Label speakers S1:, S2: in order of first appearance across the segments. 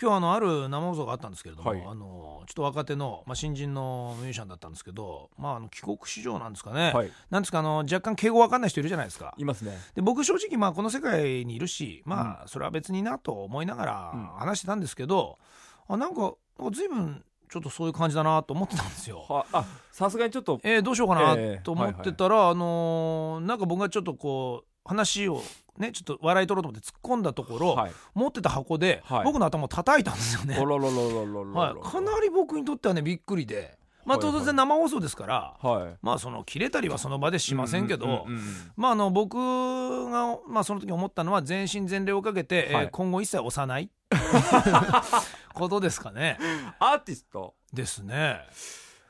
S1: 今日あのある生放送があったんですけれども、
S2: はい
S1: あのちょっと若手の、まあ、新人のミュージシャンだったんですけど、まあ、あの帰国子女なんですかね、
S2: はい
S1: なんですかあの若干敬語わかんない人いるじゃないですか。
S2: いますね
S1: で僕正直まあこの世界にいるしまあそれは別になと思いながら
S2: うん
S1: 話してたんですけど、あなんかなんか随分ちょっとそういう感じだなと思ってたんですよ。
S2: はあさすがにちょっと
S1: えーどうしようかな
S2: ええ
S1: と思ってたら、あのーなんか僕がちょっとこう話をねちょっと笑い取ろうと思って突っ込んだところ、
S2: はい
S1: 持ってた箱で、
S2: はい
S1: 僕の頭を叩いたんですよね
S2: お。ろろろろろろ
S1: はい、かなり僕にとってはねびっくりで、まあ、
S2: はいはい
S1: 当然生放送ですから、
S2: はい
S1: まあその切れたりはその場でしませんけど。
S2: うんうんうんうん
S1: まあ、あの僕が、まあ、その時思ったのは全身全霊をかけて、
S2: はい
S1: えー今後一切押さ ないことですかね。
S2: アーティスト
S1: ですね。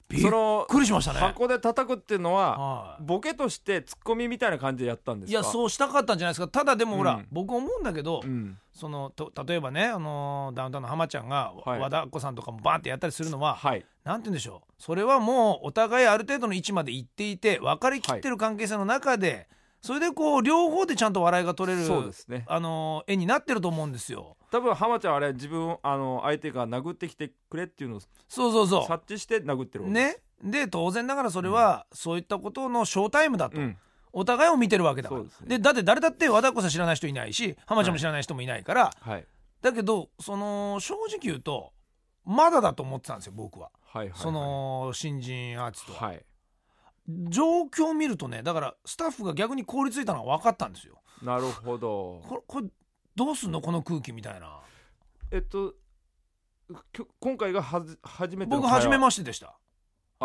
S1: びっ
S2: その
S1: くりしましたね。
S2: 箱で叩くっていうのは
S1: はい
S2: ボケとしてツッコミみたいな感じでやったんです
S1: い
S2: か
S1: やそうしたかったんじゃないですかただでもほら、
S2: うん
S1: 僕思うんだけど、
S2: うん
S1: そのと例えばね、あのーダウンタウンの浜ちゃんが、
S2: はい
S1: 和田アッコさんとかもバーンってやったりするのは、
S2: はい
S1: なんて言うんでしょうそれはもうお互いある程度の位置まで行っていて分かりきってる関係性の中で、それでこう両方でちゃんと笑いが取れる、
S2: そうですね
S1: あのー絵になってると思うんですよ。
S2: 多分浜ちゃんあれ自分をあの相手が殴ってきてくれっていうのを
S1: そうそうそう
S2: 察知して殴ってるわけです
S1: ね、で当然ながらそれはそういったことのショータイムだと、
S2: うん
S1: お互いを見てるわけだから
S2: そうですね
S1: でだって誰だって和田アッコさん知らない人いないし浜ちゃんも知らない人もいないから、
S2: はい
S1: だけどその正直言うとまだだと思ってたんですよ僕は、
S2: はいはいはい
S1: その新人アーティストは、
S2: はい
S1: 状況を見るとねだからスタッフが逆に凍りついたのが分かったんですよ
S2: なるほど
S1: これこれどうすんのこの空気みたいな
S2: えっときょ今回がはず初めての
S1: 僕初め
S2: す
S1: ましてでした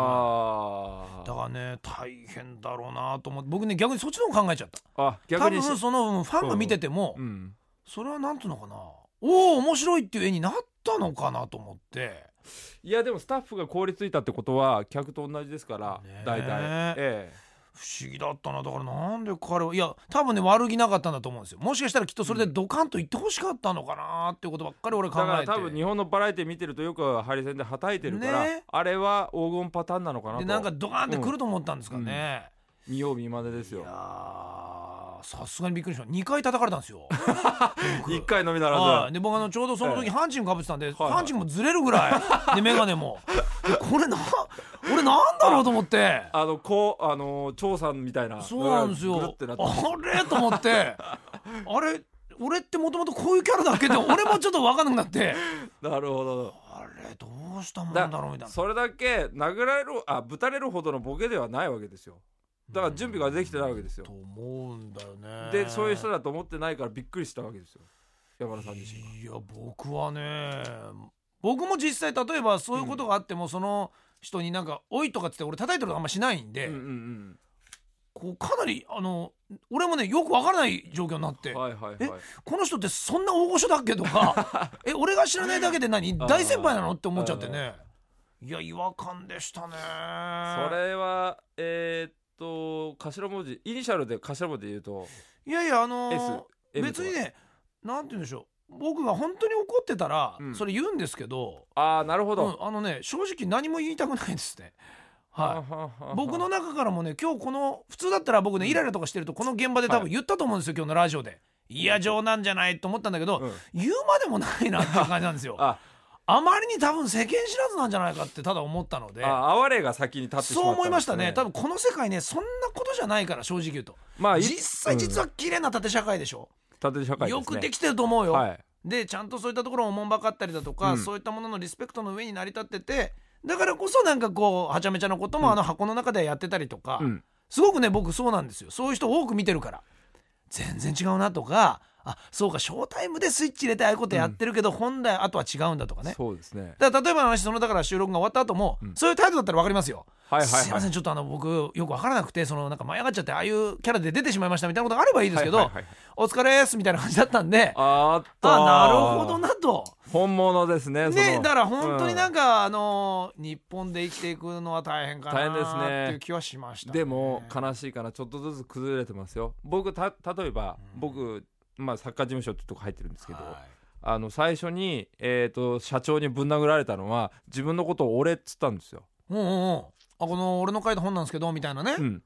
S2: あ
S1: だ
S2: ー
S1: からね大変だろうなと思って僕ね逆にそっちの方考えちゃった
S2: あ逆に
S1: 多分
S2: し
S1: そのうんファンが見てても、
S2: うん
S1: それはなんていうのかなおお面白いっていう絵になったのかなと思って
S2: いやでもスタッフが凍りついたってことは客と同じですから
S1: ねえ
S2: 大体え
S1: 不思議だったなだからなんで彼はいや多分ね悪気なかったんだと思うんですよもしかしたらきっとそれでドカンと言ってほしかったのかなっていうことばっかり俺
S2: え
S1: 考
S2: だか
S1: え
S2: ら
S1: て
S2: 多分日本のバラエティ見てるとよくハリセンではたいてるから、
S1: ねえ
S2: あれは黄金パターンなのかなと
S1: でなんかドカンってくると思ったんですかね、
S2: 見よう見まねです
S1: い
S2: よ
S1: やーさすがにびっくりしました2回叩かれたんですよ
S2: 一回のみな
S1: は
S2: ら
S1: い
S2: ず
S1: で僕あのちょうどその時
S2: ええ
S1: ハンチングかぶってたんで、
S2: はい
S1: ハンチングもずれるぐらいで眼鏡もでこれな俺なんだろうと思って
S2: あのこうあの張さんみたいな
S1: そうなんです
S2: ぐるっ
S1: よ。
S2: てなって
S1: あれと思って、あれ、俺ってもともとこういうキャラだっけって、俺もちょっと分かんなくなって、
S2: なるほど
S1: あれ、どうしたもんだろうみたいな。
S2: それだけ殴られるあぶたれるほどのボケではないわけですよだから準備ができてないわけですよ
S1: と思うんだよね。
S2: でそういう人だと思ってないからびっくりしたわけですよ山田さん自身が
S1: いや、僕はね、僕も実際、例えばそういうことがあっても、その人になんか、おいとかっつって、俺叩いてるとあんましないんで、
S2: うんうん
S1: こうかなり、あの、俺もね、よく分からない状況になって。
S2: うんはいはい
S1: え
S2: はい
S1: この人ってそんな大御所だっけと かえ俺が知らないだけで何
S2: あー
S1: 大先輩なのって思っちゃってねいや違和感でしたね
S2: それはえーっと頭文字イニシャルで頭文字で言うと
S1: いやいやあのー
S2: S M
S1: 別にねなんて言うんでしょう僕が本当に怒ってたら、
S2: うん
S1: それ言うんですけど、
S2: ああなるほ
S1: うん
S2: ど、
S1: あのね正直何も言いたくないです ね
S2: は
S1: はいい僕の中からもね今日この普通だったら僕ねイライラとかしてるとこの現場で多
S2: は
S1: 分
S2: い
S1: 言ったと思うんですよ今日のラジオでいや冗談じゃないと思ったんだけど、
S2: うん
S1: 言うまでもないなっていう感じなんですよ
S2: あ
S1: あまりに多分世間知らずなんじゃないかってただ思ったので
S2: あ哀れが先に立ってしまった
S1: そう思いましたね
S2: 多
S1: 多
S2: 分
S1: 分この世界ねそんなことじゃないから正直言うと
S2: まあい
S1: 実際実は綺麗な縦社会でしょ、
S2: うん縦社会です
S1: よ
S2: ね
S1: くできてると思うよ、
S2: はい
S1: でちゃんとそういったところをおもんばかったりだとか、
S2: うん
S1: そういったもののリスペクトの上に成り立っててだからこそなんかこうはちゃめちゃなこともあの箱の中でやってたりとか、
S2: うん
S1: すごくね僕そうなんですよそういう人多く見てるから全然違うなとかあそうかショータイムでスイッチ入れてああいうことやってるけど、本来あとは違うんだとかね
S2: そうですね
S1: だから例えばの話そのだから収録が終わった後も、そういう態度だったら分かりますよ、
S2: はいはいはい
S1: すいませんちょっとあの僕よく分からなくてそのなんか舞い上がっちゃってああいうキャラで出てしまいましたみたいなことがあればいいですけど、
S2: はいはいはいはい
S1: お疲れですみたいな感じだったんであ
S2: あーっと
S1: なるほどなと。
S2: 本物ですねそ
S1: ね、
S2: の
S1: だから本当になん
S2: う
S1: か、あの日本で生きていくのは大変かな
S2: 大変ですね
S1: っていう気はしました、
S2: でも悲しいからちょっとずつ崩れてますよ僕た例えば、僕まあサッカー事務所ってとこ入ってるんですけど、
S1: は
S2: あの最初に、えー、と社長にぶん殴られたのは自分のことを俺っつったんですよ、
S1: い、うんうんうんあこの俺の書いた本なんですけどみたいなね、
S2: うん、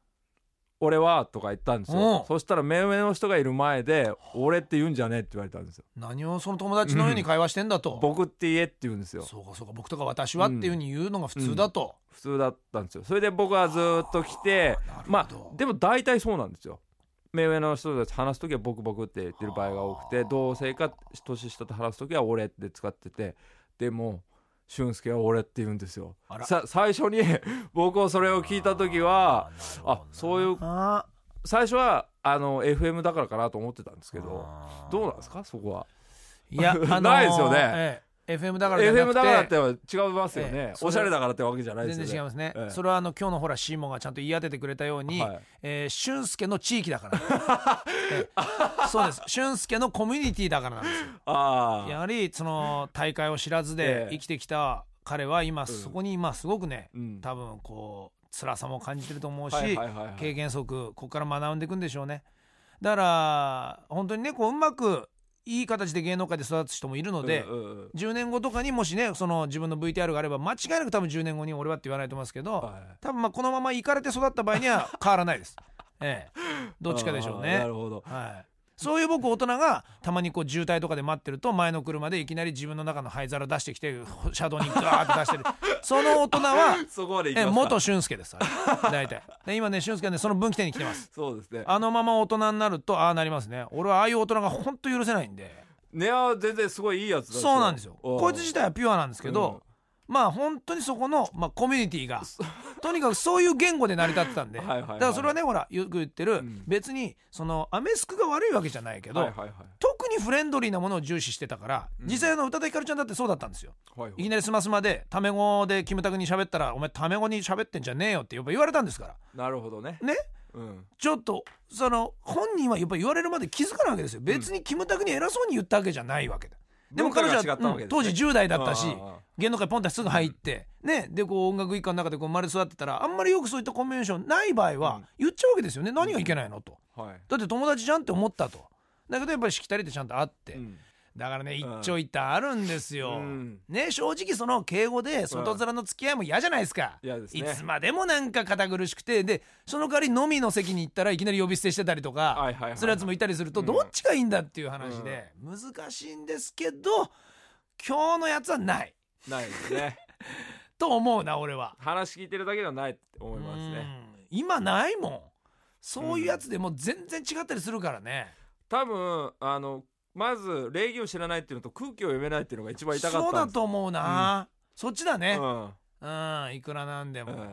S2: 俺は」とか言ったんで
S1: う
S2: すよ
S1: ん
S2: そしたら目上の人がいる前で「俺って言うんじゃねえ」って言われたんですよ
S1: 何をその友達のように会話してんだ
S2: 「
S1: と、
S2: 僕って言え」って言うんですよ
S1: そうかそうか僕とか私はっていうふうに言うのが普通だと、
S2: 普通だったんですよそれで僕はずーっと来て
S1: なるほど
S2: まあでも大体そうなんですよ目上の人たちと話す時は「僕僕」って言ってる場合が多くて同性か年下と話す時は「俺」って使っててでも俊介は「俺」って言うんですよ
S1: あら
S2: さ最初に 僕をそれを聞いた時はあそういう
S1: あ
S2: 最初はあの FM だからかなと思ってたんですけど
S1: あー
S2: どうなんですかそこはい
S1: や、あのー
S2: ないですよね
S1: ええ FM だからじゃな
S2: FM
S1: く
S2: だ
S1: て
S2: からっては違いますよね、
S1: ええそれ
S2: おしゃれだからってわけじゃないですよ
S1: 全
S2: ね
S1: 然違いますね、
S2: ええ
S1: それはあの今日のほらシーモンがちゃんと言い当ててくれたように、
S2: はい
S1: えー俊介の地域だ から、ええそうです俊介のコミュニティだからなんですよ
S2: ああ
S1: やはりその大会を知らずで
S2: ええ
S1: 生きてきた彼は今そこに今すごくね、
S2: うん
S1: 多分こう辛さも感じてると思うし、
S2: はいはいはいはい
S1: 経験則ここから学んでいくんでしょうねだから本当にねこううまくいい形で芸能界で育つ人もいるので、
S2: うんうんうん
S1: 10年後とかにもしねその自分の VTR があれば間違いなく多分10年後に俺はって言わないと思いますけど、
S2: はい
S1: 多分まあこのまま行かれて育った場合に は変わらないです、ええ、どっちかでしょう
S2: あー
S1: ね
S2: なる、ほど
S1: はい、そういう僕大人がたまにこう渋滞とかで待ってると前の車でいきなり自分の中の灰皿出してきて車道にガーッ て出してるその大人は
S2: そこまでいき
S1: ええ
S2: ますか
S1: 元俊介ですあれ大体で今ね俊介はねその分岐点に来てます
S2: そうですね
S1: あのまま大人になるとああなりますね俺はああいう大人が本当許せないんで
S2: ネアは全然すごいいいやつだ
S1: そうなんですよ
S2: おう
S1: こいつ自体はピュアなんですけど、まあ本当にそこの、まあ、コミュニティがとにかくそういう言語で成り立ってたんで
S2: はいはいはい
S1: だからそれはねほらよく言ってる、
S2: ん
S1: 別にそのアメスクが悪いわけじゃないけど、
S2: はいはいはい
S1: 特にフレンドリーなものを重視してたから、実際あの宇多田ヒカルちゃんだってそうだったんですよ。
S2: はいはい
S1: きなりスマスマでタメ語でキムタクに喋ったら「お前タメ語に喋ってんじゃねえよ」ってやっぱ言われたんですから
S2: なるほどね
S1: ね
S2: うん
S1: ちょっとその本人はやっぱ言われるまで気づかないわけですよ別にキムタクに偉そうに言ったわけじゃないわけだでも彼女は、
S2: 文化が違ったわけ
S1: う
S2: ですね
S1: ん当時10代だったし
S2: ああああ
S1: 芸能界ポンってすぐ入って、ねでこう音楽一家の中でこう生まれ育ってたらあんまりよくそういったコンベンションない場合は言っちゃうわけですよね、何がいけないのと
S2: はい
S1: だって友達じゃんって思ったとだけどやっぱりしきたりでちゃんと会って、
S2: うん
S1: だからね一長一短あるんですよ、
S2: うん
S1: ね正直その敬語で外面の付き合いも嫌じゃないですか、
S2: 嫌です
S1: い
S2: ね
S1: つまでもなんか堅苦しくてでその代わり飲みの席に行ったらいきなり呼び捨てしてたりとか、
S2: はいはいはいはい
S1: するやつもいたりすると、
S2: うん
S1: どっちがいいんだっていう話で、難しいんですけど今日のやつはない
S2: ないですね
S1: と思うな俺は。
S2: 話聞いてるだけではないって思います
S1: う
S2: ね
S1: ん今ないもんそういうやつでもう全然違ったりするからね、
S2: 多分あのまず礼儀を知らないっていうのと空気を読めないっていうのが一番痛か
S1: そう
S2: った
S1: だ
S2: んです
S1: と思うな、そっちだね
S2: うん
S1: うん、いくらなんでも、
S2: うん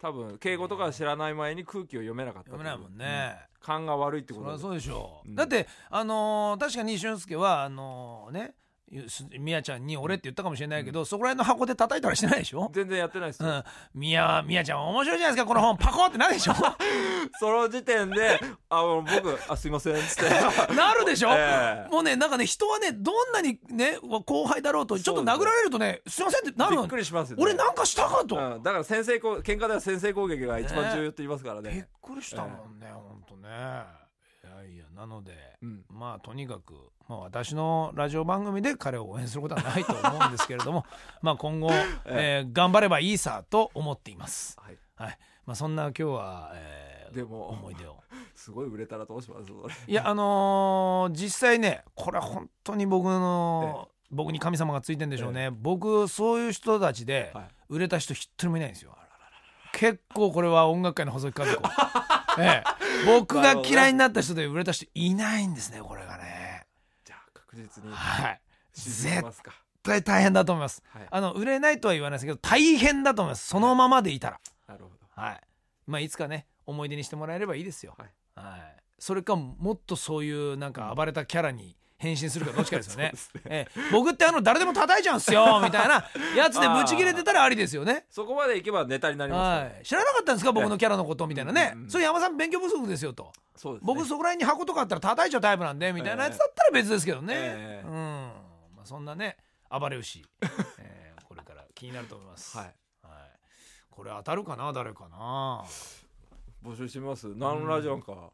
S2: 多分敬語とかは知らない前に空気を読めなかった
S1: 読めないもんね、
S2: うん勘が悪いってこ
S1: そ
S2: と
S1: りゃ
S2: だ
S1: そうでしょう、
S2: うん
S1: だってあのー確かに俊介はあのーねみやちゃんに「俺」って言ったかもしれないけど、そこら辺の箱で叩いたりしてないでしょ
S2: 全然やってないです
S1: う
S2: よ
S1: ん、みやみやちゃん面白いじゃないですかこの本パコってなるでしょ
S2: その時点で「あもう僕あすいません」っつって
S1: なるでしょ、
S2: ええ
S1: もうねなんかね人はねどんなにね後輩だろうとちょっと殴られるとねすいませんってなる
S2: び
S1: の
S2: っくりしますよね
S1: 俺なんかしたかと、
S2: うん、だから先制攻喧嘩では先制攻撃が一番重要って言いますからね
S1: びっくりしたもんね、ほんとねいやいやなので、
S2: うん
S1: まあとにかく、まあ、私のラジオ番組で彼を応援することはないと思うんですけれ どもまあ今後、えー頑張ればいいさと思っています。
S2: はい、
S1: はいまあ、そんな今日は、えー
S2: でも
S1: 思い出を
S2: すごい売れたらどうしますそれ
S1: いやあのー実際ねこれは本当に僕の僕に神様がついてんでしょうね、僕そういう人たちで
S2: はい
S1: 売れた人一人もいないんですよ、結構これは音楽界の細木和 子、ええ、僕
S2: な
S1: が
S2: るほどね
S1: 嫌いになった人で売れた人いないんですねこれがね
S2: じゃあ確実に
S1: はい
S2: 沈みますか
S1: 絶対大変だと思います、
S2: はい
S1: あの売れないとは言わないですけど大変だと思いますそのままでいたら
S2: なるほど
S1: はいまあいつかね思い出にしてもらえればいいですよ
S2: はい
S1: はい、それかもっとそういうなんか暴れたキャラに変身するかどっちかですよね
S2: そうです
S1: ええ僕ってあの誰でも叩いちゃうんすよみたいな やつで
S2: あー
S1: ブチ切れてたらありですよね。
S2: そこまでいけばネタになります
S1: は
S2: ね
S1: い、知らなかったんですか僕のキャラのことみたいなね、
S2: うんうんうん
S1: それ山さん勉強不足ですよと
S2: そうですね
S1: 僕そこら辺に箱とかあったら叩いちゃうタイプなんでみたいなやつだったら別ですけどね、
S2: ええ
S1: うん、まあ、そんなね暴れ 牛、ええこれから気になると思います、
S2: はい
S1: はいこれ当たるかな誰かな
S2: 募集してみます何ラジオンか、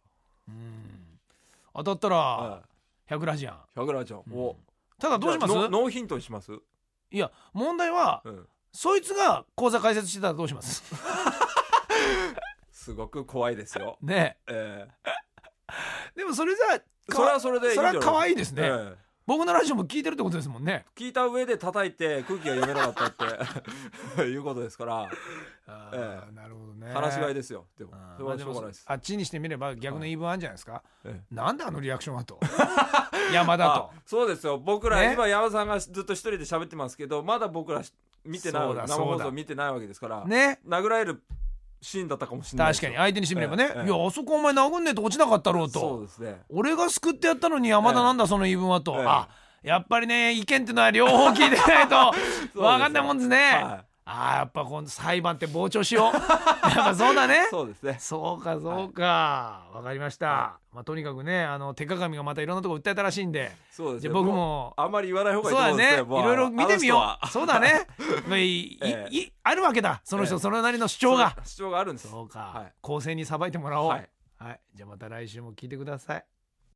S1: 当たったら
S2: は
S1: 100ラジアン
S2: い100ラジオン、お
S1: ただどうします
S2: じゃあノノーヒントにします、う
S1: いや問題は
S2: ん、
S1: そいつが講座解説してたらどうします。
S2: すごく怖いですよ
S1: ね
S2: ええ
S1: でもそれじゃあ
S2: それはそれでいいんじゃない
S1: それは可愛いですね
S2: ええ
S1: 僕のラジオも聞いてるってことですもんね
S2: 聞いた上で叩いて空気が読めなかったって いうことですから
S1: ああなるほどね
S2: 話し合いですよでも
S1: あー
S2: それ
S1: まあ
S2: はし
S1: で
S2: ょう
S1: も
S2: がないです
S1: あっちにしてみれば逆の言い分あるんじゃないですか、
S2: ええ
S1: なんであのリアクション はと山田
S2: あ
S1: と
S2: そうですよ僕ら
S1: ね
S2: 今山田さんがずっと一人で喋ってますけどまだ僕ら見てない
S1: そうだ
S2: 生
S1: そう
S2: 放
S1: だ
S2: 送見てないわけですから
S1: ね
S2: 殴られるシーンだったかもしれないで
S1: 確
S2: す
S1: かに
S2: よ
S1: 相手にしてみればね、
S2: ええ
S1: いやあそこお前殴んねえと落ちなかったろう
S2: そう
S1: と
S2: ですね
S1: 俺が救ってやったのに山田なんだ、その言い分はと、
S2: ええ
S1: あやっぱりね意見ってのは両方 聞いてないと
S2: すよ
S1: 分かんないもんですね、
S2: はい
S1: あーやっぱこの裁判って傍聴し ようやっぱそうだね
S2: そうですね
S1: そうかそうか、わかりました、
S2: は
S1: まあ、とにかくねあの手鏡がまたいろんなとこ訴えたらしいんで
S2: そうです
S1: じゃ
S2: ね
S1: あ僕も
S2: あんまり言わない方がい
S1: そ
S2: いうと思う
S1: だ
S2: ん
S1: ねいろ
S2: ですね
S1: いろ見てみよう
S2: う
S1: そうだ ね、まあ、いい
S2: ええ
S1: いあるわけだその人、
S2: ええ
S1: それなりの主張が
S2: 主張があるんです
S1: そうか、
S2: はい
S1: 公正にさばいてもらおう、
S2: はい
S1: はい、じゃあまた来週も聞いてください